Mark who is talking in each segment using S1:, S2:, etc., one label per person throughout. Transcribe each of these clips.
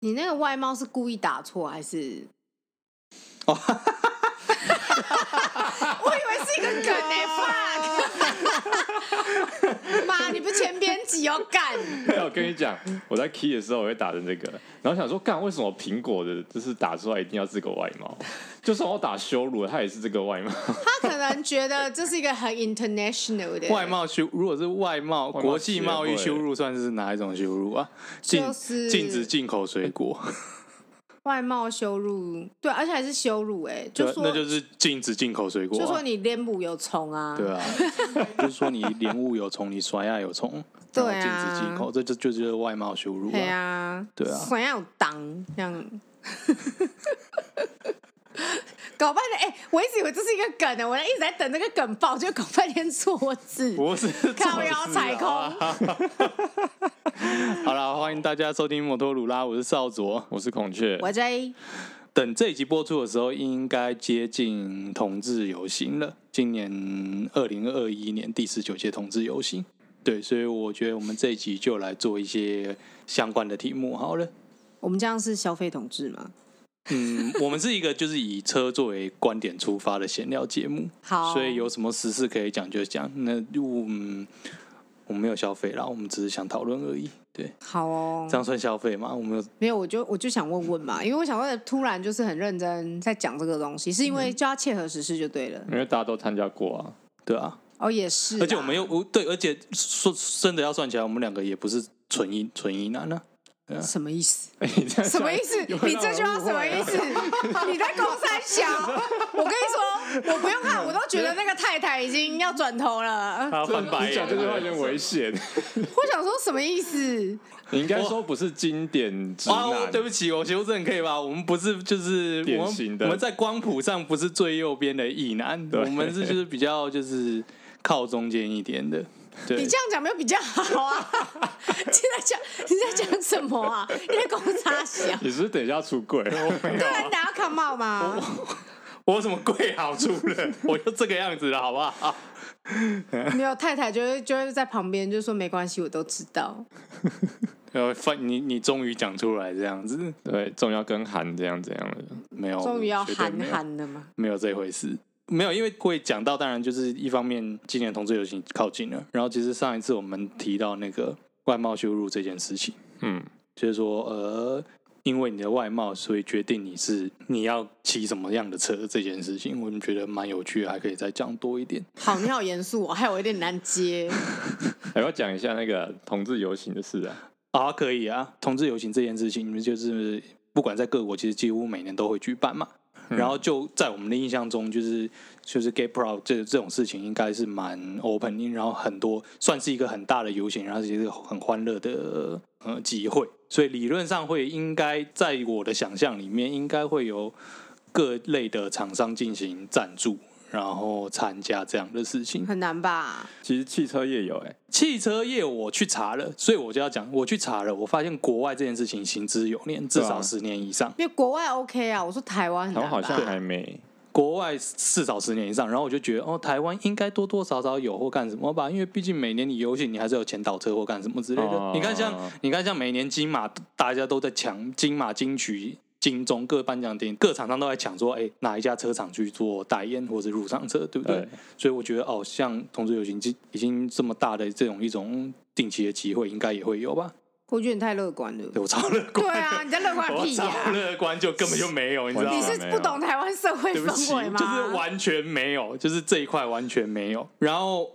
S1: 你那个外貌是故意打错还是？
S2: 哦
S1: 我以为是一个梗呢、fuck！妈，你不前编辑哦，干！
S3: 我跟你讲，我在 key 的时候我会打成这个，然后想说，干为什么苹果的就是打出来一定要这个外貌？ 就算我打羞辱，它也是这个 外貌。
S1: 他可能觉得这是一个很 international 的
S2: 外，贸羞，如果是外贸
S3: 外贸
S2: 国际贸易
S3: 协会
S2: 羞辱，算是哪一种羞辱啊？禁、
S1: 就是
S2: 禁止进口水果，
S1: 外貌羞辱，对，而且还是羞辱、哎，就
S2: 对
S1: 说
S2: 那就是禁止进口水果、
S1: 就
S2: 啊
S1: 说。你脸部有虫啊，
S2: 对啊， 就是说你莲雾有虫，你刷牙有虫，
S1: 对啊
S2: 然后禁止进口，这就就就是外貌羞辱
S1: 对
S2: 啊。
S1: 啊，
S2: 对啊
S1: 谁要当这样？ 搞半天，哎、我一直以为这是一个梗啊呢，我一直在等那个梗爆，就搞半天错字，
S2: 不啊是，
S1: 靠腰踩空。
S2: 啊好了，欢迎大家收听摩托鲁拉，我是少佐。
S3: 我是孔雀，
S1: 我 J，
S2: 等这一集播出的时候，应该接近同志游行了。今年二零二一年第十九届同志游行，对，所以我觉得我们这一集就来做一些相关的题目好了。
S1: 我们这样是消费同志吗？
S2: 嗯，我们是一个就是以车作为观点出发的闲聊节目，
S1: 好，
S2: 所以有什么时事可以讲就讲。那嗯，我们没有消费啦，我们只是想讨论而已。对，
S1: 好哦
S2: 这，样算消费吗？我们有
S1: 没有，我就我就想问问嘛，因为我想问，突然就是很认真在讲这个东西，是因
S2: 嗯
S1: 为就要切合实施就对了。
S3: 因为大家都参加过啊。
S2: 对啊，
S1: 哦，也是啦，
S2: 而且我们又我对，而且说真的要算起来，我们两个也不是纯一纯一男啊。
S1: 什么意思？
S3: 你这样
S1: 什么意思？
S3: 有没啊
S1: 你
S3: 有
S1: 这句话什么意思？你在公三小？我跟你说，我不用看，我都觉得那个太太已经要转头了。
S2: 他啊翻白
S3: 你讲
S2: 眼，
S3: 这句话有点危险。
S1: 我想说什么意思？
S3: 你应该说不是经典直
S2: 啊！我
S3: 男
S2: 对，不起，我修正可以吧？我们不是就是
S3: 典
S2: 我们
S3: 型的
S2: 我们在光谱上不是最右边的异男，
S3: 对
S2: 我们是就是比较就是靠中间一点的。对，
S1: 你这样讲没有比较好 啊？你在讲你在讲什么啊？你在公三小？
S3: 你是不是等一下出轨？
S1: 对啊，你等下看帽吗？
S2: 我有什么贵好处了？我就这个样子了，好不 好？
S1: 没有，太太就会就会在旁边就说没关系，我都知道。
S2: 呃，范，你你终于讲出来这样子，
S3: 对，重要跟韩这样怎样的？
S2: 没有，
S1: 终于要
S2: 绝对
S1: 喊
S2: 没有，
S1: 喊了嘛？
S2: 没有这回事。没有，因为会讲到，当然就是一方面，今年同志游行靠近了。然后，其实上一次我们提到那个外貌羞辱这件事情，
S3: 嗯，
S2: 就是说，呃，因为你的外貌，所以决定你是你要骑什么样的车这件事情，我们觉得蛮有趣的，还可以再讲多一点。
S1: 好，你好严肃、哦，害我有点难接。
S3: 还要哎讲一下那个同志游行的事啊。
S2: 啊，可以啊，同志游行这件事情，你们就是不管在各国，其实几乎每年都会举办嘛。然后就在我们的印象中，就是就是 gay proud 这这种事情应该是蛮 open，然后很多算是一个很大的游行，然后是一个很欢乐的呃集会，所以理论上会应该在我的想象里面，应该会有各类的厂商进行赞助，然后参加这样的事情。
S1: 很难吧？
S3: 其实汽车业有哎、
S2: 汽车业我去查了，所以我就要讲，我去查了，我发现国外这件事情行之有年，至
S3: 对
S2: 少
S3: 啊
S2: 十年以上，
S1: 因为国外 OK 啊，我说台湾很
S3: 台
S1: 难
S3: 湾好像
S1: 吧
S3: 还没。
S2: 国外至少十年以上。然后我就觉得，哦，台湾应该多多少少有或干什么吧，因为毕竟每年你游行，你还是有钱倒车或干什么之类的。
S3: 哦
S2: 你看像，你看像每年金马，大家都在抢金马金曲。金钟各颁奖典，各厂商都在抢说，哎、哪一家车厂去做代言或者入场车，对不对？
S3: 对，
S2: 所以我觉得哦，像同志游行已已经这么大的这种一种定期的集会，应该也会有吧？
S1: 我觉得你太乐观了。
S2: 对我超乐 观，
S1: 对啊，你在乐观
S2: 我
S1: 屁呀、
S2: 超乐观就根本就没有，你知道
S1: 你
S2: 吗？
S1: 是不懂台湾社会
S2: 对不起，
S1: 氛围吗？
S2: 就是完全没有，就是这一块完全没有。然后，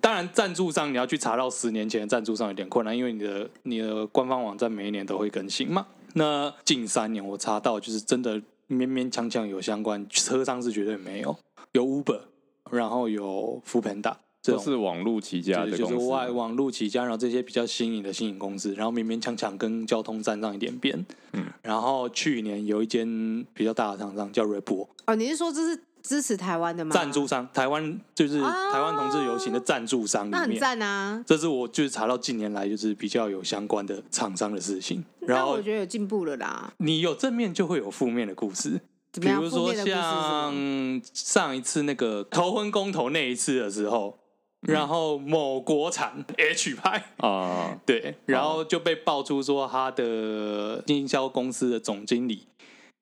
S2: 当然赞助商你要去查到十年前的赞助商有点困难，因为你的你的官方网站每一年都会更新嘛。那近三年我查到，就是真的勉勉强强有相关，车商是绝对没有，有 Uber，然后有 f o o p a n d a 这
S3: 都
S2: 种
S3: 是网络起家
S2: 对
S3: 的
S2: 就
S3: 啊公
S2: 是
S3: 司。
S2: 外网路起家，然后这些比较新颖的新颖公司，然后勉勉强强跟交通站上一点边。
S3: 嗯，
S2: 然后去年有一间比较大的厂商叫 r e p o
S1: 哦，你是说这是支持台湾的吗？
S2: 赞助商，台湾就是
S1: 啊
S2: 台湾同志游行的赞助商
S1: 那
S2: 里
S1: 很
S2: 面。
S1: 赞啊！
S2: 这是我就是查到近年来就是比较有相关的厂商的事情，然
S1: 那
S2: 后
S1: 我觉得有进步了啦。
S2: 你有正面就会有负面的故事，
S1: 怎
S2: 比
S1: 么样？
S2: 如
S1: 负
S2: 说
S1: 面的故事是什么？
S2: 像上一次那个头婚公投那一次的时候，
S3: 嗯
S2: 然后某国产 H 牌，
S3: 啊，
S2: 对，然后就被爆出说他的经销公司的总经理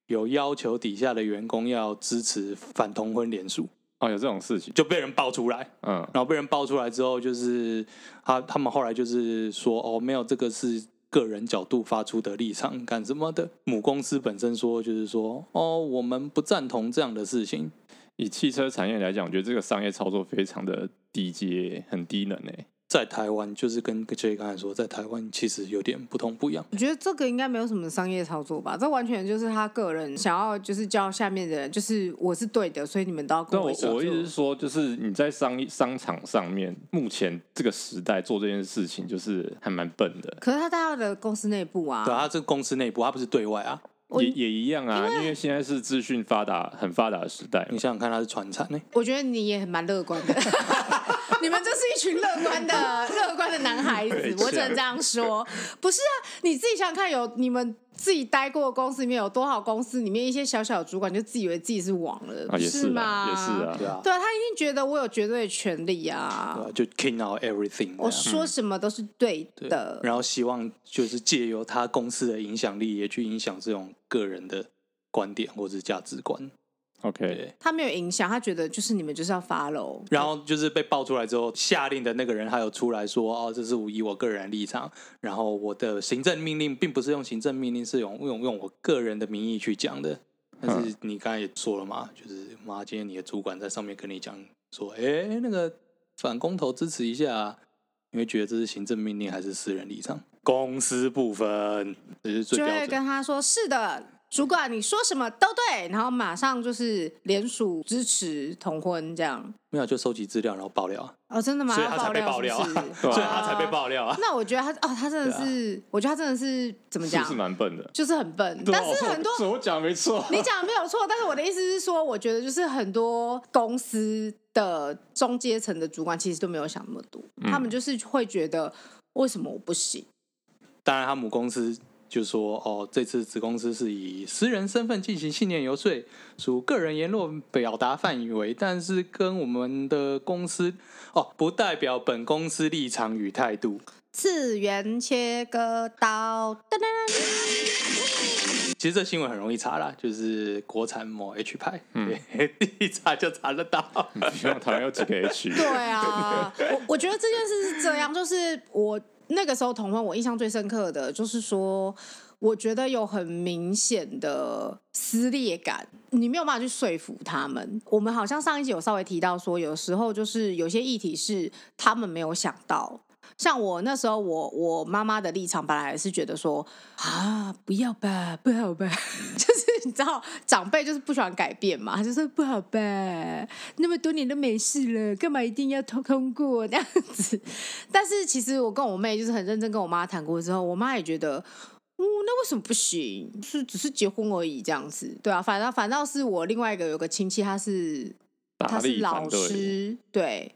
S2: 有要求底下的员工要支持反同婚联署，
S3: 哦，有这种事情，
S2: 就被人爆出来。
S3: 嗯，
S2: 然后被人爆出来之后，就是他他们后来就是说，哦，没有，这个是个人角度发出的立场，干什么的？母公司本身说，就是说，哦，我们不赞同这样的事情。
S3: 以汽车产业来讲，我觉得这个商业操作非常的低阶，很低能欸诶、
S2: 在台湾，就是跟 J 刚才说，在台湾其实有点不同不一样。
S1: 我觉得这个应该没有什么商业操作吧，这完全就是他个人想要，就是叫下面的人，就是我是对的，所以你们都要跟
S3: 但
S1: 我
S3: 我
S1: 一起做。啊
S3: 我意思是说，就是你在商商场上面，目前这个时代做这件事情，就是还蛮笨的，
S1: 可是他在他的公司内部啊，
S2: 对啊，他这公司内部，他不是对外啊。
S1: 我
S3: 也也一样啊，因为现在是资讯发达、很发达的时代嘛
S2: 你。想想看，他是传产呢、
S1: 我觉得你也很蛮乐观的。 你们这是一群乐观的、乐观的男孩子，我只能这样说。不是啊，你自己想想看，有你们自己待过的公司里面有多少公司里面一些小小主管就自以为自己是王了，
S3: 啊，也是
S1: 吗？
S3: 啊，也是啊，
S2: 对啊，
S1: 对啊，他一定觉得我有绝对的权利啊，
S2: 对啊，就 king out everything 这
S1: 我
S2: 样。
S3: 嗯
S1: 说什么都是对
S2: 对
S1: 的。
S2: 然后希望就是借由他公司的影响力，也去影响这种个人的观点或是价值观。
S3: OK，
S2: 对，
S1: 他没有影响，他觉得就是你们就是要 follow。
S2: 然后就是被爆出来之后，下令的那个人还有出来说：“哦，这是以我个人立场，然后我的行政命令并不是用行政命令，是用用用我个人的名义去讲的。”但是你刚才也说了嘛，就是妈，今天你的主管在上面跟你讲说：“哎，那个反公投支持一下啊。”你会觉得这是行政命令还是私人立场？公私不分，这是最
S1: 就
S2: 标
S1: 会
S2: 准的。
S1: 跟他说：“是的，主管，你说什么都对。”然后马上就是联署支持同婚这样。
S2: 没有就收集资料，然后爆料啊，
S1: 哦，真的吗？
S2: 所以他才被
S1: 爆
S2: 爆料啊，
S1: 是不是
S2: 所以他才被。爆料啊
S1: 啊。那我觉得他哦，他真的
S2: 对啊
S1: 是，我觉得他真的是怎么
S3: 是
S1: 讲
S3: 不，是蛮笨 的？
S1: 就是很笨。
S3: 对啊
S1: 但是很多
S3: 我我讲没错，
S1: 你讲的没有错，但是我的意思是说，我觉得就是很多公司的中阶层的主管其实都没有想那么多，
S2: 嗯
S1: 他们就是会觉得为什么我不行？
S2: 当然，他母公司就说：“哦，这次子公司是以私人身份进行信念游说，属个人言论表达范围，但是跟我们的公司哦，不代表本公司立场与态度。
S1: 次元切割刀，噔噔噔，”
S2: 其实这新闻很容易查啦，就是国产某 H 牌，对， 一查就查得到。
S3: 希望台湾有几个 H，
S1: 对啊，我 我觉得这件事是这样，就是我那个时候同婚，我印象最深刻的就是说。我觉得有很明显的撕裂感，你没有办法去说服他们。我们好像上一集有稍微提到说，有时候就是有些议题是他们没有想到。像我那时候我，我妈妈的立场本来是觉得说啊，不要吧，不好吧， 就是你知道长辈就是不喜欢改变嘛，他 就说不好吧，那么多年都没事了，干嘛一定要通通过这样子？但是其实我跟我妹就是很认真跟我妈谈过之后，我妈也觉得。嗯，那为什么不行？是只是结婚而已，这样子， 对啊。反倒反倒是我另外一个有个亲戚，他是 他
S3: 大
S1: 是
S3: 力
S1: 老
S3: 反对。
S1: 师，对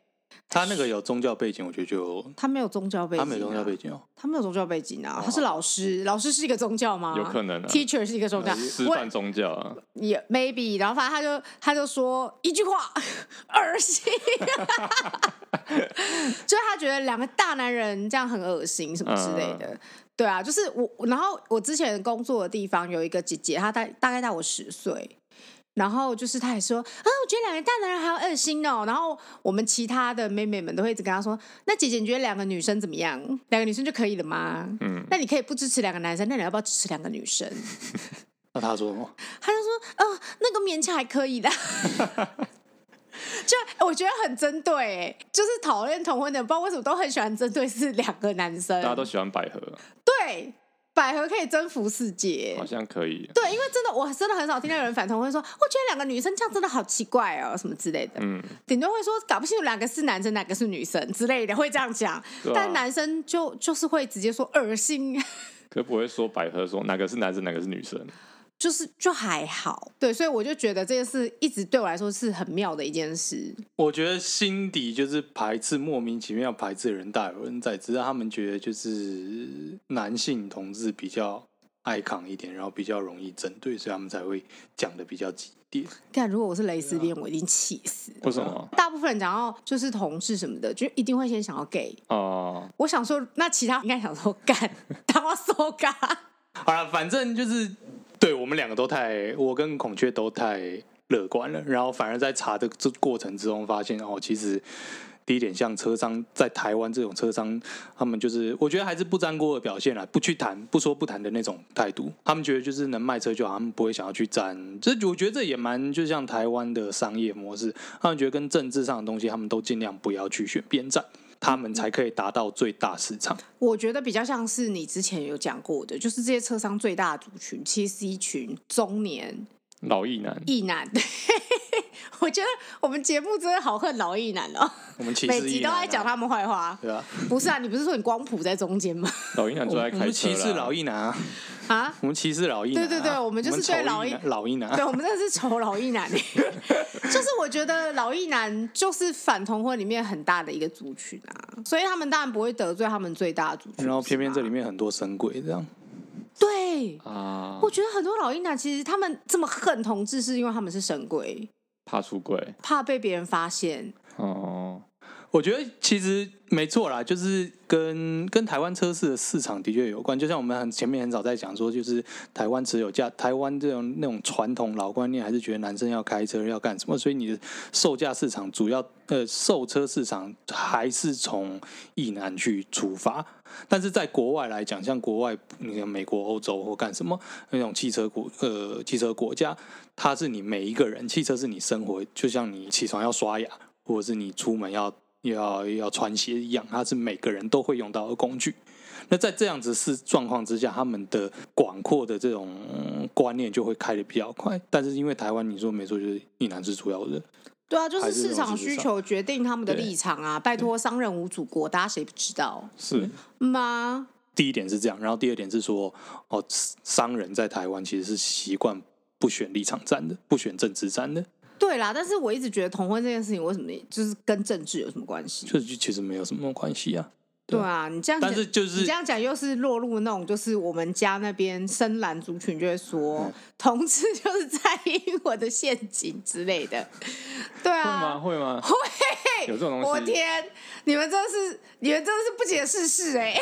S2: 他那个有宗教背景，我觉得就
S1: 他没有宗教背景、
S2: 他
S1: 啊，
S2: 没有宗教背景哦，
S1: 他没有宗教背景啊，他是老师，老师是一个宗教吗？
S3: 有可能啊
S1: Teacher 是一个宗教，
S3: 示
S1: 我
S3: 范宗教啊，
S1: 也 maybe，然后反正他就他就说一句话，恶心， 就是他觉得两个大男人这样很恶心什么之类的。对啊，就是我，然后我之前工作的地方有一个姐姐，她大大概大我十岁。然后就是，她也说啊，我觉得两个大男人好恶心哦。然后我们其他的妹妹们都会一直跟她说，那姐姐你觉得两个女生怎么样？两个女生就可以了吗？嗯，那你可以不支持两个男生，那你要不要支持两个女生？
S2: 那他说什么？
S1: 他就说：“哦，那个勉强还可以的。” 就哎我觉得很针对、欸，就是讨论同婚的，不知道为什么都很喜欢针对是两个男生
S3: 大。家都喜欢百合，
S1: 对，百合可以征服世界
S3: 好。像可以。
S1: 对，因为真的，我真的很少听到有人反同婚说，我觉得两个女生这样真的好奇怪哦，什么之类的。
S3: 嗯，
S1: 顶多会说搞不清楚哪个是男生，哪个是女生之类的，会这样讲。
S3: 对啊
S1: 但男生就就是会直接说恶心。
S3: 可不会说百合说哪个是男生，哪个是女生。
S1: 就是就还好，对，所以我就觉得这件事一直对我来说是很妙的一件事。
S2: 我觉得心底就是排斥莫名其妙排斥的人大有人在，只是他们觉得就是男性同志比较 icon 一点，然后比较容易针对，所以他们才会讲的比较激烈。
S1: 看，如果我是蕾丝边，我一定气死。
S3: 为什么？
S1: 大部分人讲到就是同事什么的，就一定会先想要 gay。
S3: 哦、
S1: 我想说，那其他应该想说 干，他妈说干。
S2: 好了，反正就是对我们两个都太，我跟孔雀都太乐观了，然后反而在查的这过程之中发现，哦，其实第一点，像车商在台湾这种车商，他们就是我觉得还是不沾锅的表现啦，不去谈、不说不谈的那种态度，他们觉得就是能卖车就好，他们不会想要去沾。这我觉得这也蛮就像台湾的商业模式，他们觉得跟政治上的东西，他们都尽量不要去选边站。他们才可以达到最大市场。
S1: 我觉得比较像是你之前有讲过的，就是这些车商最大的族群其实是一群中年
S3: 老一男，
S1: 异男。 对，我觉得我们节目真的好恨老异男哦，
S2: 我们其
S1: 每
S2: 实啊
S1: 集都在讲他们坏话。
S2: 对吧？
S1: 不是啊，你不是说你光谱在中间吗？
S3: 老一男最爱
S2: 我
S3: 开车
S2: 们
S3: 啦
S2: 歧视老一男啊，
S1: 啊，
S2: 我们歧视老一男啊、
S1: 对对对我们就是
S2: 仇
S1: 对老
S2: 一
S1: 一
S2: 男老一
S1: 对，
S2: 男。
S1: 我们真的是仇老一男，欸就是我觉得老一男就是反同婚里面很大的一个族群啊，所以他们当然不会得罪他们最大的族群。
S2: 然后偏偏这里
S1: 面，
S2: 面很多神鬼，这样
S1: 对
S3: 啊
S1: 我，觉得很多老一男其实他们这么恨同志，是因为他们是神鬼，
S3: 怕出轨
S1: 怕被别人发现。
S3: 哦，
S2: 我觉得其实没错啦，就是跟跟台湾车市的市场的确有关。就像我们很前面很早在讲说，就是台湾持有价，台湾这种那种传统老观念，还是觉得男生要开车要干什么，所以你的售价市场主要呃售车市场还是从意男去出发。但是在国外来讲，像国外，你看美国、欧洲或干什么那种汽车国呃汽车国家，它是你每一个人，汽车是你生活，就像你起床要刷牙，或者是你出门要要要穿鞋一样，它是每个人都会用到的工具。那在这样子是状况之下，他们的广阔的这种、嗯观念就会开得比较快。但是因为台湾，你说没错，就是一男是主要的，
S1: 对啊，就
S2: 还
S1: 是
S2: 是这种
S1: 市场
S2: 市
S1: 需
S2: 场
S1: 求决定他们的
S2: 对
S1: 立场啊！拜托，商人无祖国，大家谁不知道
S3: 是
S1: 吗？
S2: 第一点是这样，然后第二点是说，哦，商人在台湾其实是习惯不选立场战的，不选政治战的，
S1: 对啦，但是我一直觉得同婚这件事情为什么就是跟政治有什么关系？
S2: 这就其实没有什么关系啊。对
S1: 对啊，你这样讲，
S2: 啊但是就
S1: 你
S2: 是
S1: 这样讲又是落入那种，就是我们家那边深蓝族群就会说，同志就是蔡英文的陷阱之类的。对
S3: 会吗？
S1: 啊，
S3: 会吗？
S1: 会
S3: 有这种东西
S1: 我天，你们真的是，你们真的是不解世事哎、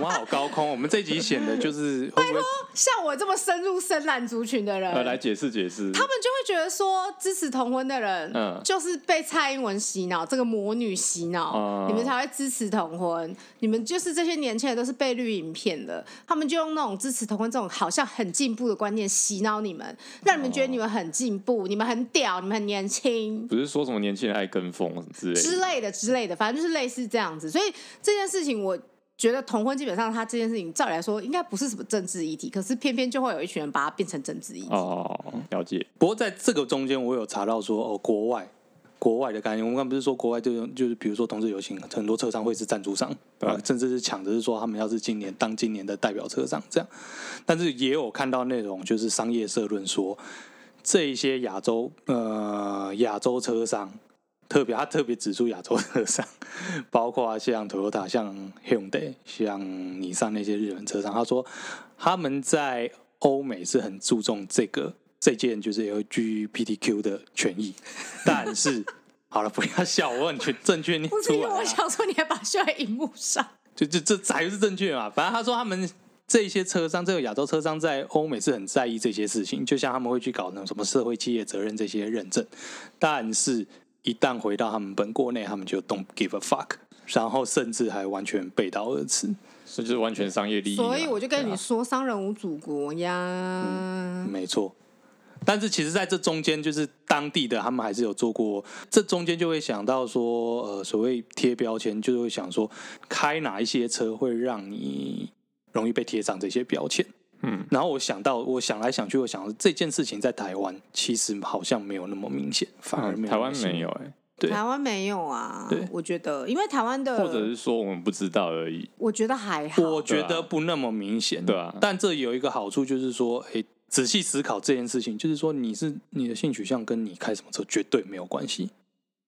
S2: 哇，好高空！我们这集显得就是会不会
S1: 像我这么深入深蓝族群的人，
S3: 呃，来解释解释，
S1: 他们就会觉得说，支持同婚的人，
S3: 嗯
S1: 就是被蔡英文洗脑，这个魔女洗脑，
S3: 哦
S1: 你们才会支持同婚。你们就是这些年轻人都是被绿营骗的，他们就用那种支持同婚这种好像很进步的观念洗脑你们，让你们觉得你们很进步，你们很屌，你们很年轻。
S3: 不是说什么年轻人爱跟风什么之类
S1: 之
S3: 的，
S1: 类的之类的，反正就是类似这样子。所以这件事情，我觉得同婚基本上它这件事情，照理来说应该不是什么政治议题，可是偏偏就会有一群人把它变成政治议题。
S3: 哦，了解，
S2: 不过在这个中间，我有查到说，哦，国外国外的概念，我们刚不是说国外这种就是比如说同志游行，很多车商会是赞助商，
S3: 对
S2: 啊，甚至是抢着是说他们要是今年当今年的代表车商这样。但是也有看到那种就是商业社论说，这一些亚洲呃亚洲车商。特别，他特别指出亚洲车商，包括像 Toyota、像 Hyundai、像尼桑那些日本车商，他说他们在欧美是很注重这个这件就是 LGBTQ 的权益， 但是好了，不要笑我，很全正确念
S1: 不是
S2: 出
S1: 因为
S2: 来啊
S1: 我
S2: 啦，
S1: 想说你还把它秀在荧幕上，
S2: 就就这才是正确嘛。反正他说他们。这些车商，这个亚洲车商在欧美是很在意这些事情，就像他们会去搞那种什么社会企业责任这些认证，但是一旦回到他们本国内，他们就 don't give a fuck，然后甚至还完全背道而驰。
S3: 这就是完全商业利益嘛，
S1: 所以我就跟
S3: 对
S1: 你
S3: 啊嗯
S1: 说，商人无祖国呀。
S2: 没错。但是其实，在这中间，就是当地的他们还是有做过，这中间就会想到说，呃，所谓贴标签，就是会想说，开哪一些车会让你容易被贴上这些标签。
S3: 嗯，
S2: 然后我想到，我想来想去，我想这件事情在台湾其实好像没有那么明显，反而
S3: 啊嗯
S2: 没有、
S3: 台湾没有，哎，
S2: 对
S1: 台湾没有啊
S2: 对，
S1: 我觉得，因为台湾
S3: 欸或者
S1: 的，
S3: 是说我们不知道而已，
S1: 我觉得还好。
S2: 我觉
S3: 对啊
S2: 得不那么明显。
S3: 对啊
S2: 但这有一个好处就是说，诶、仔细思考这件事情，就是说你是你的性取向跟你开什么车绝对没有关系。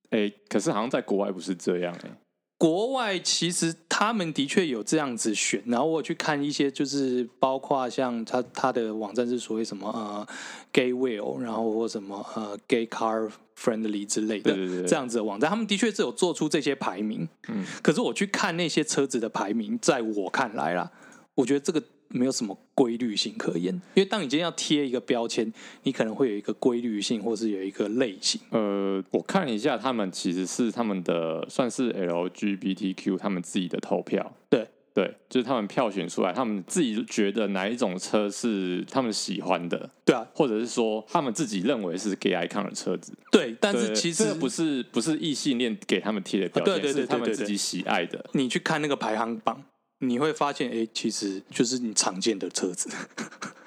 S3: 哎，可是好像在国外不是这样，哎，
S2: 国外其实他们的确有这样子选，然后我有去看一些，就是包括像他他的网站是所谓什么呃 gay will，然后或什么呃 gay car friendly 之类的
S3: 对对对
S2: 这样子的网站，他们的确是有做出这些排名。
S3: 嗯，
S2: 可是我去看那些车子的排名，在我看来啦，我觉得这个没有什么规律性可言，因为当你今天要贴一个标签，你可能会有一个规律性，或是有一个类型。
S3: 呃，我看了一下，他们其实是他们的算是 LGBTQ 他们自己的投票，
S2: 对
S3: 对，就是他们票选出来，他们自己觉得哪一种车是他们喜欢的，
S2: 对啊，
S3: 或者是说他们自己认为是 gay icon 的车子，
S2: 对，但是
S3: 对
S2: 其
S3: 这
S2: 实
S3: 个不是不是异性恋给他们贴的标签，
S2: 啊对对对
S3: 是他们
S2: 对对
S3: 自己喜爱的。
S2: 你去看那个排行榜，你会发现，哎、其实就是你常见的车子，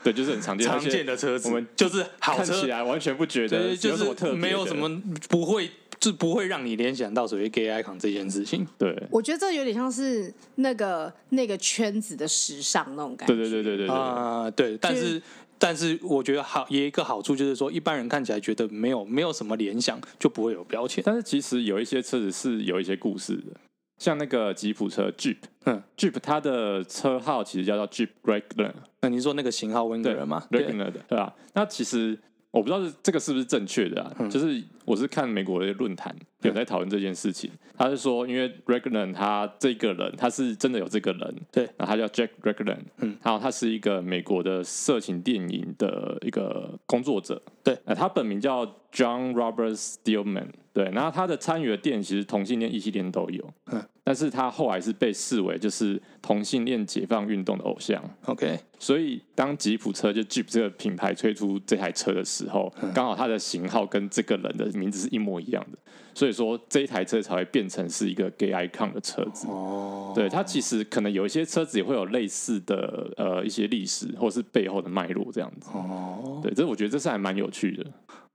S3: 对，就是很常见，
S2: 常见
S3: 的
S2: 的车子，
S3: 我们
S2: 就是好
S3: 看起
S2: 车，
S3: 来完全不觉得
S2: 对，就
S3: 什么特别的
S2: 是没有什么不会，就不会让你联想到所谓 gay icon 这件事情。
S3: 对，
S1: 我觉得这有点像是那个那个圈子的时尚那种感觉。
S3: 对对对对对对，
S2: 啊、对，但。
S1: 就是
S2: 但是我觉得好也有一个好处就是说，一般人看起来觉得没有没有什么联想，就不会有标签。
S3: 但是其实有一些车子是有一些故事的，像那个吉普车 Jeep，
S2: 嗯
S3: ，Jeep 它的车号其实叫做 Jeep Wrangler，
S2: 那你说那个型号温格人嘛？对，
S3: Wrangler 的，对吧、那其实我不知道是这个是不是正确的啊，
S2: 嗯
S3: 就是我是看美国的论坛有在讨论这件事情，他是说，因为 Wrangler 他这个人他是真的有这个人，
S2: 对
S3: 然后他叫 Jack Wrangler，
S2: 嗯，
S3: 然后他是一个美国的色情电影的一个工作者，
S2: 对
S3: 呃，他本名叫 John Robert Steelman，对，然后他的参与的电影其实同性恋、异性恋都有，
S2: 嗯，
S3: 但是他后来是被视为就是同性恋解放运动的偶像，
S2: OK，
S3: 所以当吉普车就 Jeep 这个品牌推出这台车的时候，
S2: 嗯
S3: 刚好它的型号跟这个人的名字是一模一样的，所以说这一台车才会变成是一个 gay icon 的车子。
S2: 哦，
S3: 对，它其实可能有一些车子也会有类似的呃一些历史或是背后的脉络这样子。
S2: 哦，
S3: 对，这我觉得这是还蛮有趣的。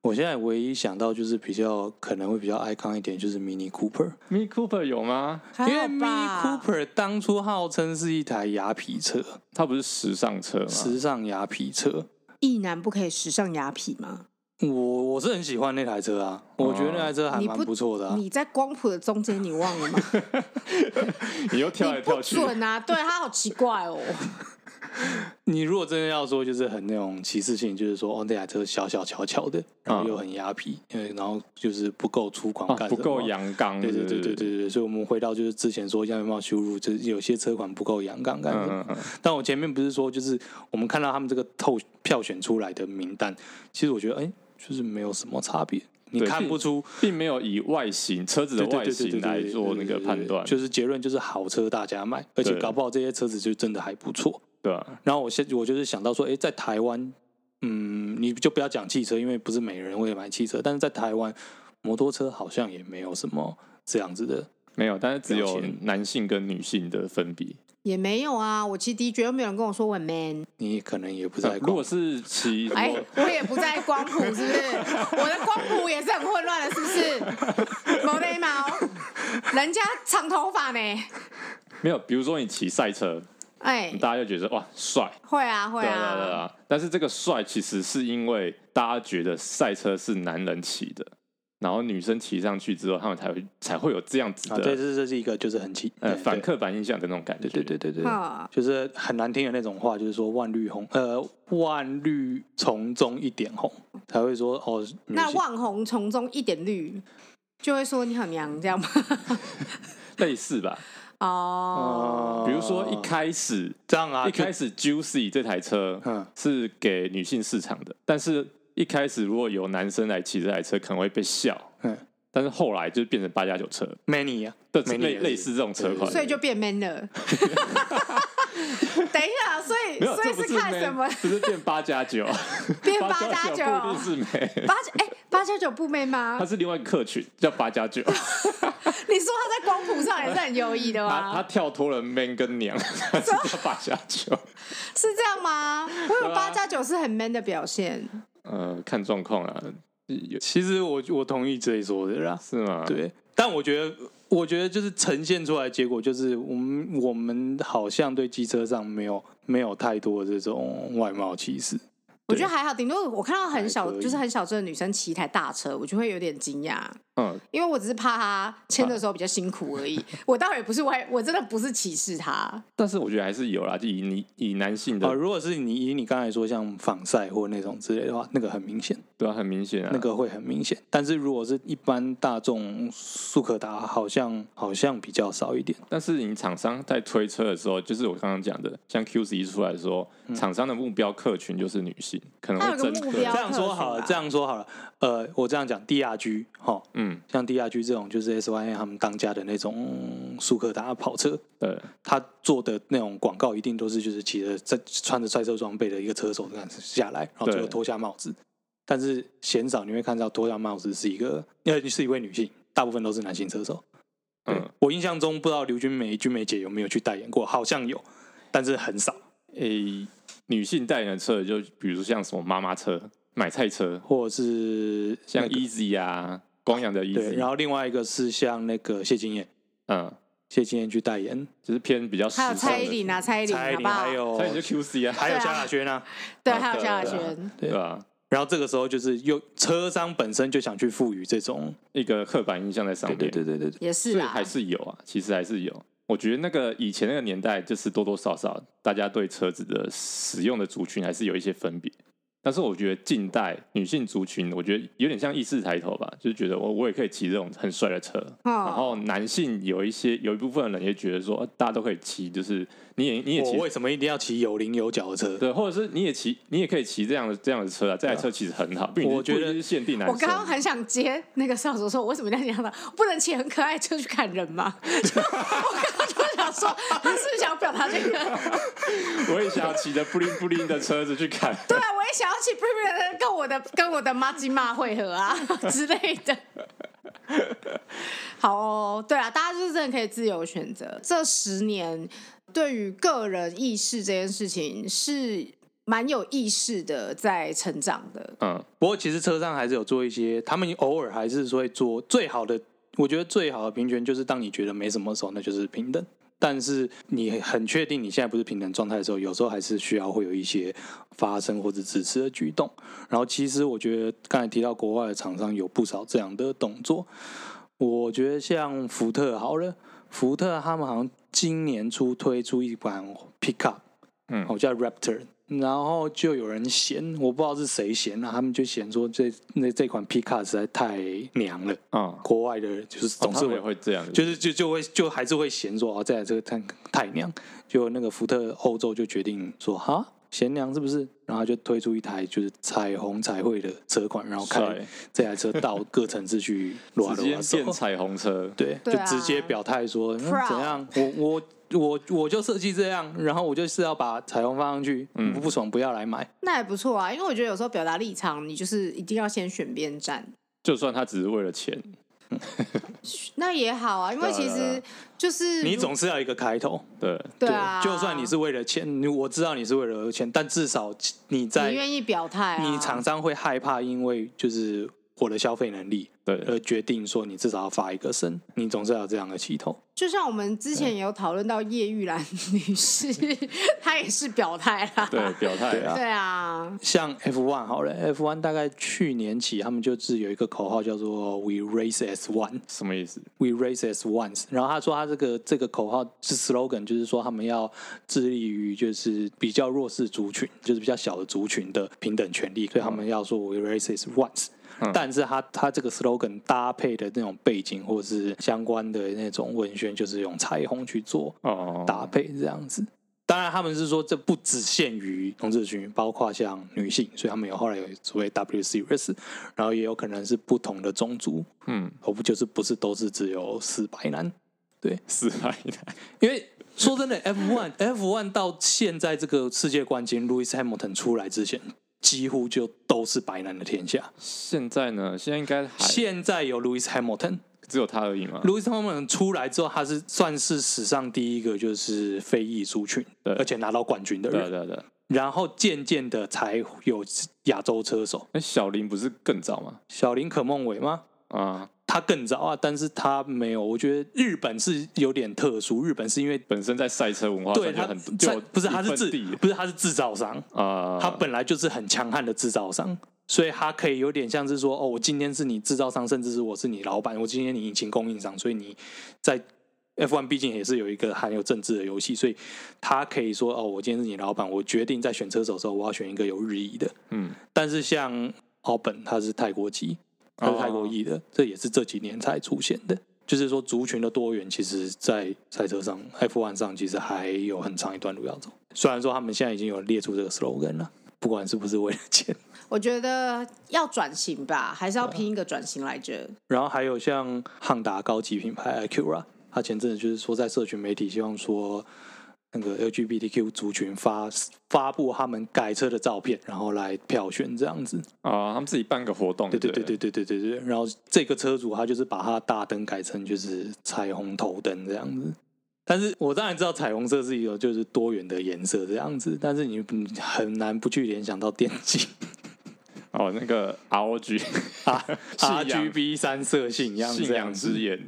S2: 我现在唯一想到就是比较可能会比较 icon 一点，就是 Mini Cooper。
S3: Mini Cooper 有吗？
S1: 还
S2: 因为
S1: 好
S2: Mini
S1: 吧
S2: Cooper 当初号称是一台雅痞车，
S3: 它不是时尚车吗？
S2: 时尚雅痞车。
S1: 异男不可以时尚雅痞吗？
S2: 我我是很喜欢那台车啊，我觉得那台车还
S1: 你
S2: 蛮不错的、啊。
S1: 你在光谱的中间，你忘了吗？
S3: 你又 跳来
S1: 你
S3: 跳
S1: 不
S3: 去。
S1: 准啊！对他好奇怪哦。
S2: 你如果真的要说，就是很那种歧视性，就是说哦，那台车小小巧巧的，然后又很雅痞，因为然后就是不够粗犷
S3: 啊，
S2: 干什
S3: 不
S2: 么
S3: 够。阳刚，
S2: 对对
S3: 对
S2: 对对对对，所以我们回到就是之前说要有没有羞辱，就是有些车款不够阳刚干什么
S3: 嗯嗯嗯，
S2: 但我前面不是说，就是我们看到他们这个透票选出来的名单，其实我觉得，哎、就是没有什么差别，你
S3: 对
S2: 看
S3: 并
S2: 不出
S3: 并没有以外形车子的
S2: 对对
S3: 外
S2: 对对
S3: 形
S2: 对对
S3: 来
S2: 对
S3: 做
S2: 对
S3: 那
S2: 对
S3: 个
S2: 对
S3: 判
S2: 对
S3: 断，
S2: 就是结论就是好车大家卖，而且
S3: 对
S2: 搞不好这些车子就真的还不错。
S3: 对吧？
S2: 然后我现我就是想到说，哎、在台湾，嗯，你就不要讲汽车，因为不是每人会买汽车，但是在台湾，摩托车好像也没有什么这样子的。
S3: 没有，但是只
S2: 标
S3: 有
S2: 签
S3: 男性跟女性的分别。
S1: 也没有啊，我骑 DJ 又没有人跟我说我很 man，
S2: 你可能也不在
S3: 呃如
S2: 逛
S3: 果是骑，
S1: 哎、我也不在光谱，是不是？我的光谱也是很混乱的，是不是？毛雷毛，人家长头发呢，
S3: 没有，比如说你骑赛车，
S1: 哎、
S3: 大家就觉得哇帅，
S1: 会啊会
S3: 对啊对
S1: 啊，
S3: 啊。但是这个帅其实是因为大家觉得赛车是男人骑的，然后女生骑上去之后，他们才会才会有这样子
S2: 啊，
S3: 的
S2: 对，这这是一个就是很奇
S3: 呃
S2: 对
S3: 反刻板印象的那种感觉。
S2: 对对对对对对。
S1: 啊，
S2: 就是很难听的那种话，就是说万绿红，呃，万绿丛中一点红，才会说哦，女
S1: 那
S2: 性
S1: 望红丛中一点绿，就会说你很娘这样吗？
S3: 类似吧。
S1: 哦，
S2: 哦
S3: 比如说一开始
S2: 这样啊，
S3: 一开
S2: 始
S3: 始 Juicy 这台车，
S2: 嗯
S3: 是给女性市场的，但是一开始如果有男生来骑这台车，可能会被笑。
S2: 嗯
S3: 但是后来就变成八加九车，
S2: many 啊，
S3: 对
S2: many
S3: 类
S2: 也是
S3: 类似这种车款
S2: 对对对
S1: 所以就变 man 了。等一下，所以
S3: 没有，
S1: 所
S3: 这
S1: 以
S3: 不
S1: 是看
S3: man，
S1: 什么？
S3: 这是变八加九，
S1: 变八加九
S3: 不一定是美，
S1: 八九哎、八加九不 man 吗
S3: 它？是另外一个客群叫八加 九，
S1: 你说他在光谱上也是很优异的
S3: 它它
S1: 吗？
S3: 跳脱了 man 跟娘，它是叫八加九。
S1: 是这样吗？我
S3: 啊
S1: 有八加九是很 man 的表现，
S3: 呃，看状况啦，有
S2: 其实我我同意这一说的啦，
S3: 是吗？，
S2: 对，但我觉得我觉得就是呈现出来的结果就是我们我们好像对机车上没有没有太多的这种外貌歧视，
S1: 我觉得还好，顶多我看到很小
S2: 还可以
S1: 就是很小只的女生骑一台大车，我就会有点惊讶，
S3: 嗯，
S1: 因为我只是怕她牵的时候比较辛苦而已。 我当然也不是歪，我真的不是歧视她。
S3: 但是我觉得还是有啦，就以你以男性的、
S2: 啊，如果是你以你刚才说像仿赛或那种之类的话，那个很明显，
S3: 对啊，很明显啊，
S2: 那个会很明显。但是如果是一般大众速可达，好像好像比较少一点。
S3: 但是你厂商在推车的时候，就是我刚刚讲的，像 QC 一出来说，
S2: 嗯
S3: 厂商的目标客群就是女性，可能
S1: 它
S3: 会
S1: 有个
S3: 针
S1: 目
S3: 对
S1: 标，
S2: 这样说好了，这样说好了，呃，我这样讲，DRG 哈，
S3: 嗯，
S2: 像 DRG 这种就是 SYN 他们当家的那种速可达跑车，
S3: 对，
S2: 他做的那种广告一定都是就是骑着在穿着赛车装备的一个车手这样下来，然后最后
S3: 对
S2: 脱下帽子。但是鲜少你会看到脱下帽子是一个，呃，是一位女性，大部分都是男性车手。对、
S3: 嗯，
S2: 我印象中，不知道刘君梅、君梅姐有没有去代言过，好像有，但是很少，
S3: 诶、女性代言的车，就比如像什么妈妈车、买菜车，
S2: 或者是
S3: 像
S2: 那个
S3: Easy 啊，光阳的
S2: 对，然
S3: Easy，
S2: 后另外一个是像那个谢金燕，
S3: 嗯，
S2: 谢金燕去代言，
S3: 就是偏比较时
S1: 还有
S3: 尚的
S1: 蔡依林啊，蔡依林好
S2: 蔡依林
S1: 不好
S2: 还？有
S3: 蔡依林就 QC 啊，
S2: 还有
S1: 对啊
S2: 萧亚轩啊，
S1: 对，
S3: 啊
S1: 还有萧
S3: 对啊
S1: 亚
S3: 对啊
S1: 轩，
S2: 对
S3: 对啊，
S2: 然后这个时候就是又车商本身就想去赋予这种，
S3: 一个刻板印象在上
S2: 对
S3: 面，
S2: 对对对对对，
S1: 也是
S3: 所以
S1: 啦
S3: 还。是有啊，其实还是有。我觉得那个以前那个年代，就是多多少少大家对车子的使用的族群还是有一些分别。但是我觉得近代女性族群，我觉得有点像意识抬头吧，就是觉得我我也可以骑这种很帅的车。然
S1: 哦，
S3: 后男性有一些有一部分人也觉得说，呃大家都可以骑，就是你也你也
S2: 我
S3: 骑
S2: 为什么一定要骑有棱有角的车？
S3: 对，或者是你也骑你也可以骑这样的这样的车啊，这台车其实很好，并不
S2: 我觉得
S3: 不一定是限定男
S1: 我
S3: 生。
S1: 刚刚很想接那个少佐说，我为什么那样的？不能骑很可爱的车去看人吗？ 就我刚刚就想说，他是不是想要表达这个？
S3: 我也想要骑着布灵布灵的车子去 看。
S1: 对啊，我也想要去 p r e p 跟我的跟我的妈鸡妈会合 啊之类的。好哦，对啊，大家就是真的可以自由选择。这十年对于个人意识这件事情是蛮有意识的，在成长的。
S3: 嗯，
S2: 不过其实车上还是有做一些，他们偶尔还是会做最好的。我觉得最好的平权就是当你觉得没什么的时候，那就是平等。但是你很确定你现在不是平等状态的时候，有时候还是需要会有一些发生或者支持的举动。然后其实我觉得刚才提到国外的厂商有不少这样的动作，我觉得像福特好了，福特他们好像今年初推出一款 pickup，
S3: 嗯
S2: 哦叫 Raptor，然后就有人嫌，我不知道是谁嫌啊，他们就嫌说这那这款 pickup 实在太娘了，
S3: 啊、
S2: 国外的就是
S3: 总
S2: 哦总
S3: 是
S2: 是会
S3: 也哦会这样子，
S2: 就是就就会就还是会嫌说哦，这台车太太娘，就那个福特欧洲就决定说哈嫌娘是不是？然后就推出一台就是彩虹彩绘的车款，然后开
S3: 帅
S2: 这台车到各城 市去撸啊
S3: 直
S2: 撸
S3: 接
S2: 啊手
S3: 变彩虹车，
S2: 对，
S1: 对
S2: 就
S1: 啊
S2: 直接表态说、嗯
S1: Proud
S2: 怎样，我我。我我就设计这样，然后我就是要把彩虹放上去，你不不爽不要来买。
S1: 那也不错啊，因为我觉得有时候表达立场，你就是一定要先选边站，
S3: 就算他只是为了钱，
S1: 那也好啊，因为
S3: 对啊
S1: 其
S3: 对啊
S1: 实就是
S2: 你
S1: 如
S2: 总是要一个开头，
S3: 对，
S1: 对啊，
S2: 就算你是为了钱，你我知道你是为了钱，但至少你在
S1: 你愿意表态、啊，
S2: 你厂商会害怕，因为就是我的消费能力
S3: 对，
S2: 而决定说你至少要发一个声，你总是要有这样的起头。
S1: 就像我们之前也有讨论到叶玉兰 女 士，她也是表态啦。
S3: 对，表态
S2: 对 啊
S1: 对啊，
S2: 像 F1 好了，F1 大概去年起，他们就是有一个口号叫做 “We race as one”。
S3: 什么意思？
S2: We race as ones。然后他说他这个这个口号是 slogan，就是说他们要致力于就是比较弱势族群，就是比较小的族群的平等权利，所以他们要说 We race as ones。但是他他这个 slogan 搭配的那种背景或是相关的那种文宣，就是用彩虹去做
S3: 哦，
S2: 搭配这样子。当然，他们是说这不只限于同志群，包括像女性，所以他们有后来有所谓 W series，然后也有可能是不同的种族，
S3: 嗯，
S2: 我不就是不是都是只有死白男？
S3: 四百一台，
S2: 因为说真的，F one F one 到现在这个世界冠军 Louis Hamilton 出来之前，几乎就都是白男的天下。
S3: 现在呢？现在应该还
S2: 现在有 Louis Hamilton，Louis
S3: 只有他而已嘛？
S2: Hamilton 出来之后，他是算是史上第一个就是非裔族群，
S3: 对
S2: 而且拿到冠军的
S3: 对啊
S2: 人。
S3: 对啊对啊，
S2: 然后渐渐的才有亚洲车手，
S3: 哎那小林不是更早吗？
S2: 小林可梦伟吗？
S3: 啊，
S2: 他更早啊，但是他没有。我觉得日本是有点特殊，日本是因为
S3: 本身在赛车文化上
S2: 对
S3: 就
S2: 他
S3: 很
S2: 在
S3: 就
S2: 不是他是制
S3: 自己
S2: 不是他是制造商，
S3: 啊，
S2: 他本来就是很强悍的制造商，所以他可以有点像是说，哦，我今天是你制造商，甚至是我是你老板，我今天你引擎供应商，所以你在 F1 毕竟也是有一个含有政治的游戏，所以他可以说，哦，我今天是你老板，我决定在选车手的时候，我要选一个有日裔的。
S3: 嗯，
S2: 但是像奥本，他是泰国籍，他是泰国裔的，这也是这几年才出现的。就是说，族群的多元，其实，在赛车上、F1 上，其实还有很长一段路要走。虽然说他们现在已经有列出这个 slogan 了，不管是不是为了钱。
S1: 我觉得要转型吧，还是
S3: 啊
S1: 要拼一个转型来着。
S2: 然后还有像汉达高级品牌 Acura，他前阵子就是说在社群媒体希望说那个 LGBTQ 族群发发布他们改车的照片，然后来票选这样子。
S3: 啊，他们自己办个活动，
S2: 对对
S3: 对
S2: 对对对对对对。然后这个车主他就是把他大灯改成就是彩虹头灯这样子。但是我当然知道彩虹色是一个就是多元的颜色这样子，但是你你很难不去联想到电竞
S3: 哦，那个 ROG
S2: 啊
S3: 仰
S2: ，RGB 三色信仰
S3: 信
S2: 这
S3: 仰
S2: 样子
S3: 之。眼，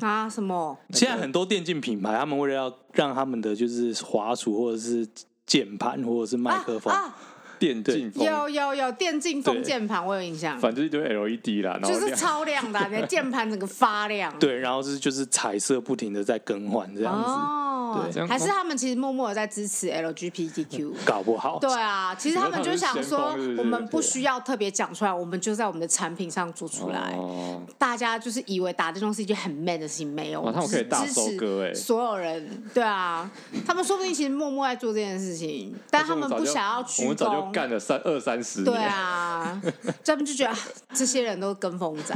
S1: 啊，什么？
S2: 现在很多电竞品牌，他们为了要让他们的就是滑鼠或者是键盘或者是麦克风，
S1: 啊
S3: 电竞风，
S1: 有有有电竞风键盘，我有印象，
S3: 反正就是一堆 LED 啦，然后
S1: 就是
S3: 亮
S1: 超亮的啊，你的键盘整个发亮。
S2: 对，然后是就是彩色不停的在更换这样子，
S1: 哦
S3: 啊对这样
S1: 还是他们其实默默的在支持 LGBTQ。
S2: 搞不好
S1: 对啊，其实他们就想说
S3: 你说他们是先锋是不，是
S1: 我们不需要特别讲出来，我们就在我们的产品上做出来。
S3: 哦
S1: 大家就是以为打电动是一件很 man 的事情，没有，
S3: 哇他们可以大收割欸
S1: 支持所有人，对啊，他们说不定其实默默在做这件事情，但他们不想要
S3: 我
S1: 鞠
S3: 们早就
S1: 躬。
S3: 干了三二三十年，
S1: 对啊， 他们就觉得啊这些人都是跟风 仔，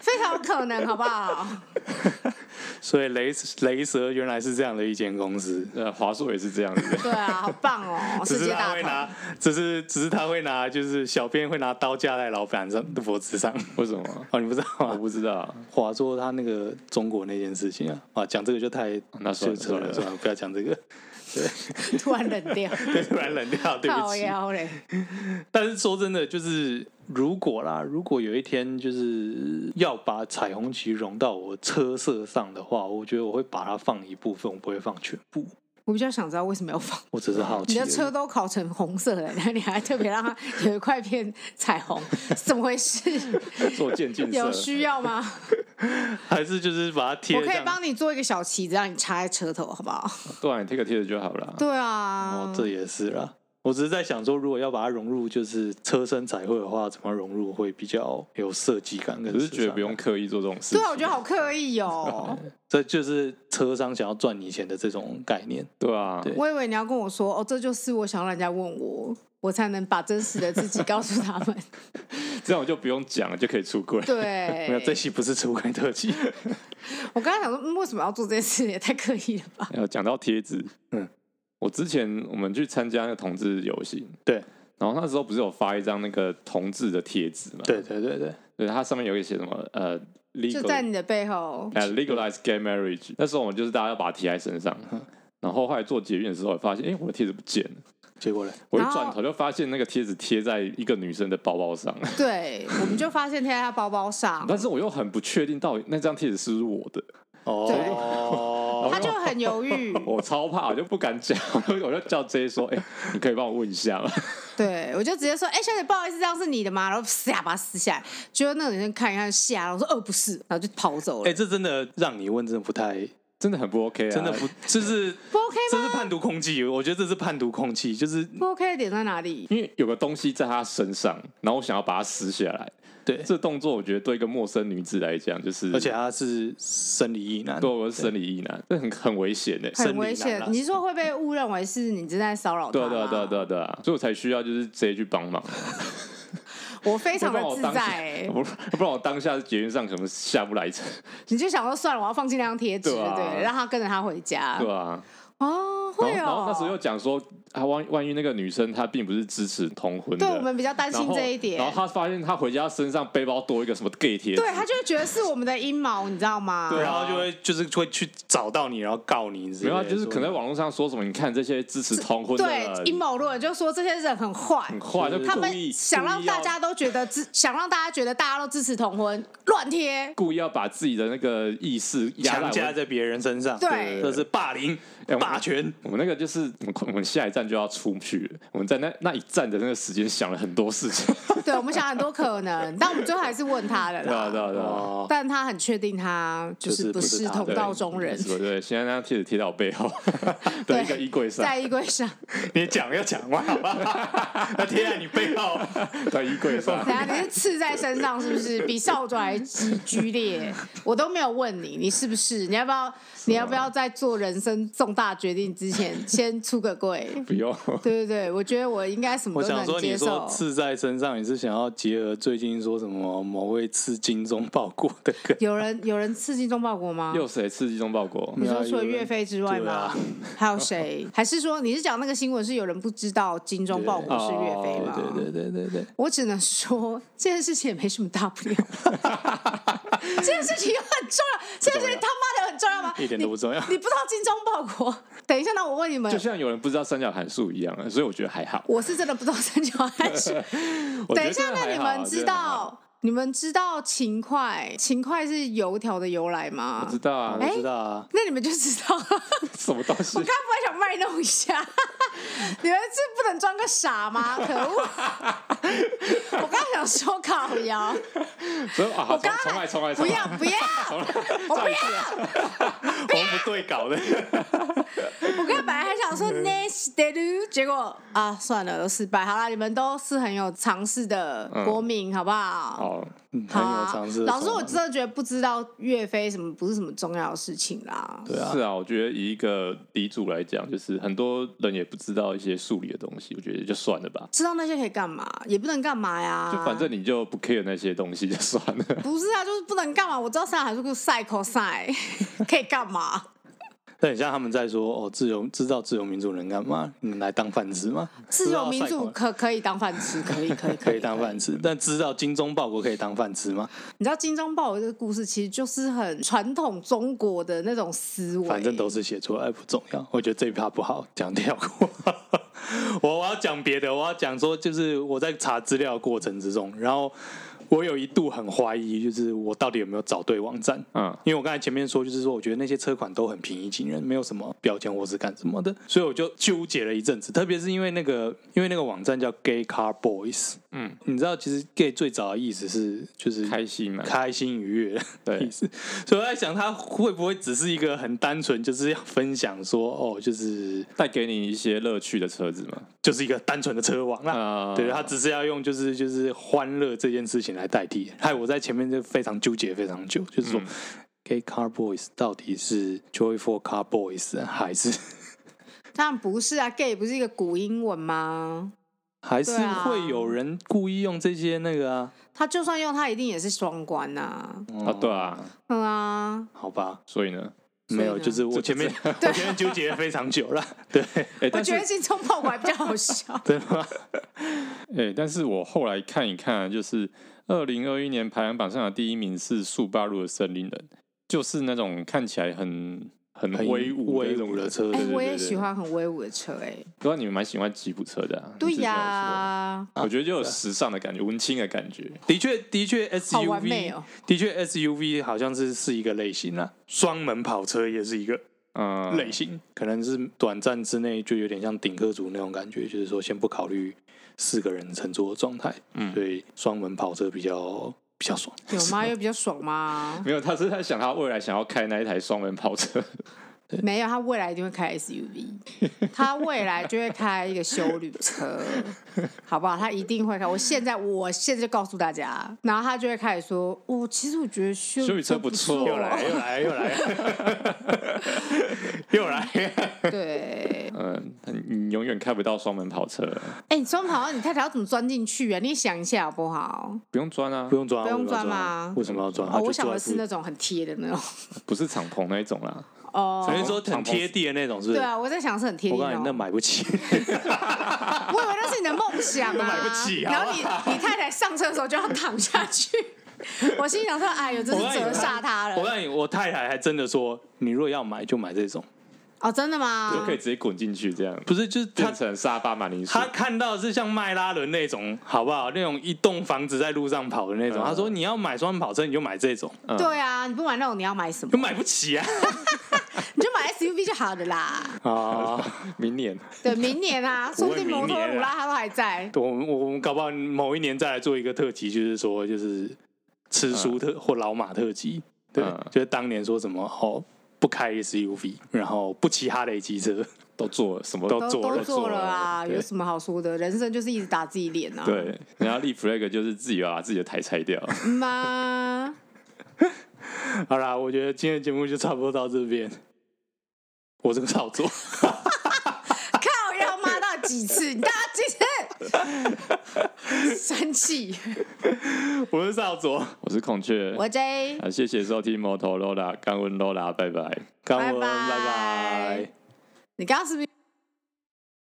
S1: 非常有可能，好不好？
S2: 所以雷雷蛇原来是这样的一间公司，
S3: 呃，华硕也是这样子，
S1: 对啊，好棒哦，
S2: 只
S1: 世
S2: 是
S1: 界
S2: 他
S1: 大
S2: 会
S1: 同。
S2: 拿，只是只是他会拿，就是小编会拿刀架在老板上脖子上。
S3: 为什么？
S2: 哦，你不知道
S3: 我
S2: 吗？
S3: 不知道，
S2: 华硕他那个中国那件事情啊，啊，讲这个就太
S3: 那算了
S2: 就扯
S3: 算了
S2: 算了，不要讲这个，
S1: 突然冷 掉，
S2: 突然冷掉，对不
S1: 靠
S2: 起。
S1: 腰嘞！
S2: 但是说真的，就是如果啦，如果有一天就是要把彩虹旗融到我车色上的话，我觉得我会把它放一部分，我不会放全部。
S1: 我比较想知道为什么要放。
S2: 我只是好奇
S1: 你
S2: 而
S1: 的
S2: 已。
S1: 车都烤成红色了， 然后你还特别让它有一块片彩虹，怎么回 事？
S3: 做渐进
S1: 有
S3: 色，
S1: 需要吗？
S2: 还是就是把它贴
S1: 我
S2: 上。
S1: 可以帮你做一个小旗子，让你插在车头，好不好？
S3: 对啊，你贴个贴纸就好了。
S1: 对啊，
S2: 哦，这也是啦。我只是在想说，如果要把它融入就是车身彩绘的话，怎么融入会比较有设计感跟？
S3: 只是觉得不用，刻意做这种事
S1: 啊对
S3: 情
S1: 啊，，我觉得好刻意哦。
S2: 这就是车商想要赚你钱的这种概念。
S3: 对啊，
S2: 对
S1: 我以为你要跟我说，哦，这就是我想让人家问我，我才能把真实的自己告诉他们。
S3: 这样我就不用讲了，就可以出柜。
S1: 对
S2: 没有，， 这期不是出轨特辑。
S1: 我刚才想说，嗯为什么要做这件事，也太刻意了 吧？
S3: 呃，讲到贴纸，
S2: 嗯，
S3: 我之前我们去参加那个同志游行，
S2: 对，
S3: 然后那时候不是有发一张那个同志的贴纸嘛？，
S2: 对对对对，
S3: 对，它上面有一个写什么呃
S1: 就在
S3: ，legal
S1: 你的背后，
S3: 呃 legalize gay marriage。那时候我们就是大家要把它贴在身上，
S1: 嗯
S3: 然后后来做捷运的时候，我发现哎、诶我的贴纸不见了，
S2: 结果呢？
S3: 我一
S1: 然后
S3: 转头就发现那个贴纸贴在一个女生的包包上，
S1: 对，我们就发现贴在他包包上，
S3: 但是我又很不确定到底那张贴纸是不是我的，
S2: 哦，
S1: 他就很犹豫。
S3: 我超怕，我就不敢讲，我就叫 J 说，哎、你可以帮我问一下吗？
S1: 对，我就直接说：“哎、小姐，不好意思，这样是你的吗？”然后撕把它撕下来，结果那个女生看一看吓，然后说：“哦，不是。”然后就跑走了。
S2: 哎，这真的让你问，真的不太，
S3: 真的很不 OK 啊，
S2: 真的不，就是
S1: 不 OK
S2: 这
S1: 吗？
S2: 是叛徒空气。我觉得这是叛徒空气，就是
S1: 不 OK 的点在哪里？
S3: 因为有个东西在她身上，然后我想要把它撕下来，
S2: 对，
S3: 这动作我觉得对一个陌生女子来讲，就是
S2: 而且他是生理异男
S3: 对。我是生理异男，这很很危险欸的。
S1: 很
S2: 生理
S1: 危
S2: 男
S1: 险
S2: 啦。
S1: 你 是说会被误认为是你正在骚扰他
S3: 对
S1: 吗？
S3: 啊对啊对啊对啊对啊，所以我才需要就是 J 去帮忙，
S1: 我非
S3: 不
S1: 常的
S3: 然我
S1: 自
S3: 当
S1: 在、
S3: 下
S1: 哎
S3: 不不然我当下捷运上可能下不来车，
S1: 你就想说算了，我要放弃那张贴纸，
S3: 对啊
S1: 对，让他跟着他回家。
S3: 对啊，
S1: 哦，
S3: 然后
S1: 会
S3: 然后
S1: 哦。
S3: 那时候又讲说，啊，万万一那个女生她并不是支持同婚的，
S1: 对我们比较担
S3: 然
S1: 心
S3: 后
S1: 这一点
S3: 然后，她发现她回家身上背包多一个什么 gay 贴纸，
S1: 对他就会觉得是我们的阴谋，你知道吗？
S3: 对啊
S2: 然后就会就是会去找到你，然后告你之
S3: 没
S2: 类的，
S3: 有啊，就是可能在网络上说什么，你看这些支持同婚的人
S1: 对阴谋论就说这些人很坏
S3: 很，坏，就
S1: 他
S3: 故
S1: 们
S3: 意
S1: 想让大家都觉得支，想让大家觉得大家都支持同婚，乱贴。
S3: 故意要故意要把自己的那个意识压在
S2: 强
S3: 我
S2: 加在别人身上，
S1: 对
S2: 这是霸凌
S3: 哎我、
S2: 霸权。
S3: 我们那个就是我们我们下一站就要出去了，我们在那那一站的那个时间想了很多事 情，
S1: 对，我们想很多可能，但我们最后还是问他了
S3: 对啊对
S1: 啦。
S3: 啊对啊。
S2: 哦，
S1: 但他很确定他就
S2: 就是
S1: 是不
S2: 不是
S1: 是
S2: 他
S1: 同
S3: 对
S1: 道中人
S3: 不，是对，现在那张贴纸贴到我背 后的一个衣柜上，
S1: 在衣柜 上。
S2: 你讲要讲完好 不好？那贴在你背后，
S3: 在衣柜上
S1: 等， 下你是刺在身上是不是？比扫帚还激剧 烈？我都没有问你，你是不是？你要不
S2: 啊
S1: 要？你要不要在做人生重大决定之 前先出个柜？
S3: 不用。
S1: 对对对，我觉得我应该什么
S2: 我
S1: 都
S2: 想
S1: 能
S2: 说，
S1: 接
S2: 哎你说
S1: 受。
S2: 刺在身上，你是想要结合最近说什么某位刺精忠报国的梗？
S1: 有人有人刺激中报国吗？
S3: 又谁刺激中报国？
S1: 你
S2: 有啊
S1: 说除了
S2: 有人
S1: 岳飞之外
S2: 对
S1: 吗？
S2: 啊
S1: 还有谁？还是说你是讲那个新闻是有人不知道精忠报国是岳飞吗？
S2: 对对对对对，
S1: 我只能说这件事情也没什么大不了。这件事情很重要，这件事情他妈的很重要吗？
S2: 一点都不重要
S1: 你你不知道精忠报国？等一下，那我问你们
S3: 就，像有人不知道三角函数一样啊，所以我觉得还好。
S1: 我是真的不知道三 角函数。
S3: 我觉
S1: 等
S3: 得
S1: 一下，
S3: 真的
S1: 那
S3: 还
S1: 你
S3: 好啊
S1: 们知？道你们知道勤快勤快是油条的由来吗哎
S3: 真的还好知？道啊
S2: 我，知道啊。
S1: 那你们就知 道了。
S3: 什么东西
S1: 我？该不会想卖弄一下？你们是不能装个傻吗？可恶！ 我刚想说烤窑，
S3: 所以啊，好
S1: 我刚
S3: 重来，重来，
S1: 不
S3: 重来
S1: 要不要！
S3: 我不要。
S2: 我们不对稿的，
S1: 我刚本来还想说 next day do，结果啊算了，都失败。好啦，你们都是很有尝试的国民，好不好？
S3: 好，
S2: 嗯
S1: 好
S2: 很有
S1: 啊
S2: 尝试。
S1: 老师，我真的觉得不知道岳飞什么不是什么重要的事情啦。
S2: 对啊
S3: 是，啊，我觉得以一个遗嘱来讲，就是很多人也不知道一些数理的东西，我觉得就算了吧。
S1: 知道那些可以干嘛？也不能干嘛呀。
S3: 就反正你就不 care 那些东西就算了，
S1: 不是啊，就是不能干嘛。我知道上海是个 cycle 赛， 可以干嘛？
S2: 那很像他们在说哦，自由知道自由民主能干嘛？你们来当饭吃吗？
S1: 自由民
S2: 知道
S1: 主
S2: 赛狗
S1: 可可以当饭吃，可以可以
S2: 可以当饭吃，但知道精忠报国可以当饭吃吗？
S1: 你知道精忠报国这个故事，其实就是很传统中国的那种思维。
S2: 反正都是写出来不重要。我觉得这一趴不好，讲跳过。 我我要讲别的，我要讲说，就是我在查资料的过程之中，然后我有一度很怀疑，就是我到底有没有找对网站。
S3: 嗯，
S2: 因为我刚才前面说，就是说，我觉得那些车款都很平易近人，没有什么标签或是干什么的，所以我就纠结了一阵子。特别是因为那个，因为那个网站叫 Gay Car Boys，
S3: 嗯，
S2: 你知道，其实 gay 最早的意思是就是
S3: 开心啊嘛，
S2: 开心愉悦的
S3: 对
S2: 意思，所以我在想，他会不会只是一个很单纯，就是要分享说，哦，就是
S3: 带给你一些乐趣的车子嘛。
S2: 就是一个单纯的车王啦。
S3: 啊，
S2: 对，他只是要用就是就是欢乐这件事情来代替，害我在前面就非常纠结非常久，就是说、
S3: 嗯
S2: Gay Car Boys 到底是 Joyful Car Boys 还是
S1: 当然不是啊，gay 不是一个古英文吗？
S2: 还是
S1: 对啊
S2: 会有人故意用这些那个啊？
S1: 他就算用，他一定也是双关呐、
S3: 啊，对啊，
S1: 嗯啊，
S2: 好吧，
S3: 所以呢，
S1: 所以
S2: 没有，
S1: 呢
S2: 就是我前面我前面纠结了非常久了，对，
S3: 哎，
S1: 我
S3: 但是
S1: 觉得精忠报国还比较好笑
S2: 。对吗？
S3: 哎，但是我后来看一看啊，就是二零二一年排行榜上的第一名是速八路的森林人，就是那种看起来很很
S2: 很
S3: 威武的
S2: 威
S3: 那种
S2: 武的
S3: 人啊
S2: 车
S1: 哎、
S2: 对
S1: 我也喜，欢很威武的车、哎，
S3: 不知道你们蛮喜欢吉普车的啊。
S1: 对
S3: 你之前
S1: 呀、
S3: 有说我觉得就有
S2: 啊
S3: 时尚的感觉，文青的感觉。
S2: 的确，的确
S1: 好完美
S2: SUV，、
S1: 哦
S2: 的确 SUV 好像是是一个类型啦，双门跑车也是一个
S3: 嗯，
S2: 类型，可能是短暂之内就有点像顶客族那种感觉，就是说先不考虑四个人乘坐的状态，
S3: 嗯
S2: 所以双门跑车比较比较 爽。
S1: 有吗？有比较爽吗？
S3: 没有，他是在想他未来想要开那一台双门跑车，
S1: 嗯没有，他未来一定会开 SUV，他未来就会开一个修旅车，好不好？他一定会开。我现在，我现在就告诉大家，然后他就会开始说：“我、其实我觉得修
S3: 修旅车
S1: 不哦
S3: 不错啊
S2: 又来又来又来又来，
S1: 对，
S3: 嗯，你永远开不到双门跑车，
S1: 哎、你双跑，你太太要怎么钻进去啊？你也想一下好不好？
S3: 不用钻啊
S2: 不，用装，
S1: 不用
S2: 为什么要
S1: 装吗啊
S2: 为什么要装？他
S1: 哦，
S2: 就
S1: 我想
S2: 坐在
S1: 的是
S2: 副
S1: 那种很贴的那种。
S3: 不是敞篷那一种啦，
S2: 所
S1: 哦，
S2: 以说很贴地的那种，是不
S1: 对
S2: 是？
S1: 啊，我在想是很贴
S2: 我
S1: 心
S2: 告诉你，那
S1: 哦。
S2: 买不 起。
S1: 我以为那是你的梦想啊，
S2: 买不起好
S1: 然
S2: 不好
S1: 后你你太太上车的时候就要躺下去，我心想说，哎呦，这是
S2: 我让你
S1: 折煞她
S2: 我
S1: 了。
S2: 告诉你，我太太还真的说，你如果要买就买这种，
S1: 哦，真的吗？
S3: 就可以直接滚进去这样，
S2: 不是 就是他
S3: 变成沙发马铃薯
S2: 他。看到是像迈拉伦那种，好不好？那种一栋房子在路上跑的那种。
S3: 嗯
S2: 他说你要买双人跑车，你就买这种，
S3: 嗯
S1: 对啊，你不买那种，你要买什么
S2: 就？买不起啊！
S1: 你就买 SUV 就好了啦。
S2: 啊，
S3: 明年
S1: 对，明年啊，说不定摩托罗拉它都还在。
S2: 我们我们搞不好某一年再来做一个特辑，就是说就是吃书特、或老马特辑，对，
S3: 嗯
S2: 就是当年说什么哦。不开 SUV，然后不骑哈雷机车，
S3: 都做了什么
S2: 都
S1: 都
S2: 做了
S1: 都做了啊，
S3: 对
S1: 有什么好说的？人生就是一直打自己脸啊。
S3: 对，人家立 flag 就是自己要把自己的台拆掉。
S1: 吗？
S2: 好啦，我觉得今天的节目就差不多到这边。我是个操作，
S1: 靠，要骂到几次？你大家几次？生气。
S2: 我是少佐，
S3: 我是孔雀，
S1: 我 J，
S3: 啊，谢谢收听摩托罗拉，干温罗拉，拜拜。
S2: 干文，
S1: 拜拜
S2: 拜拜
S1: 你刚刚是不是？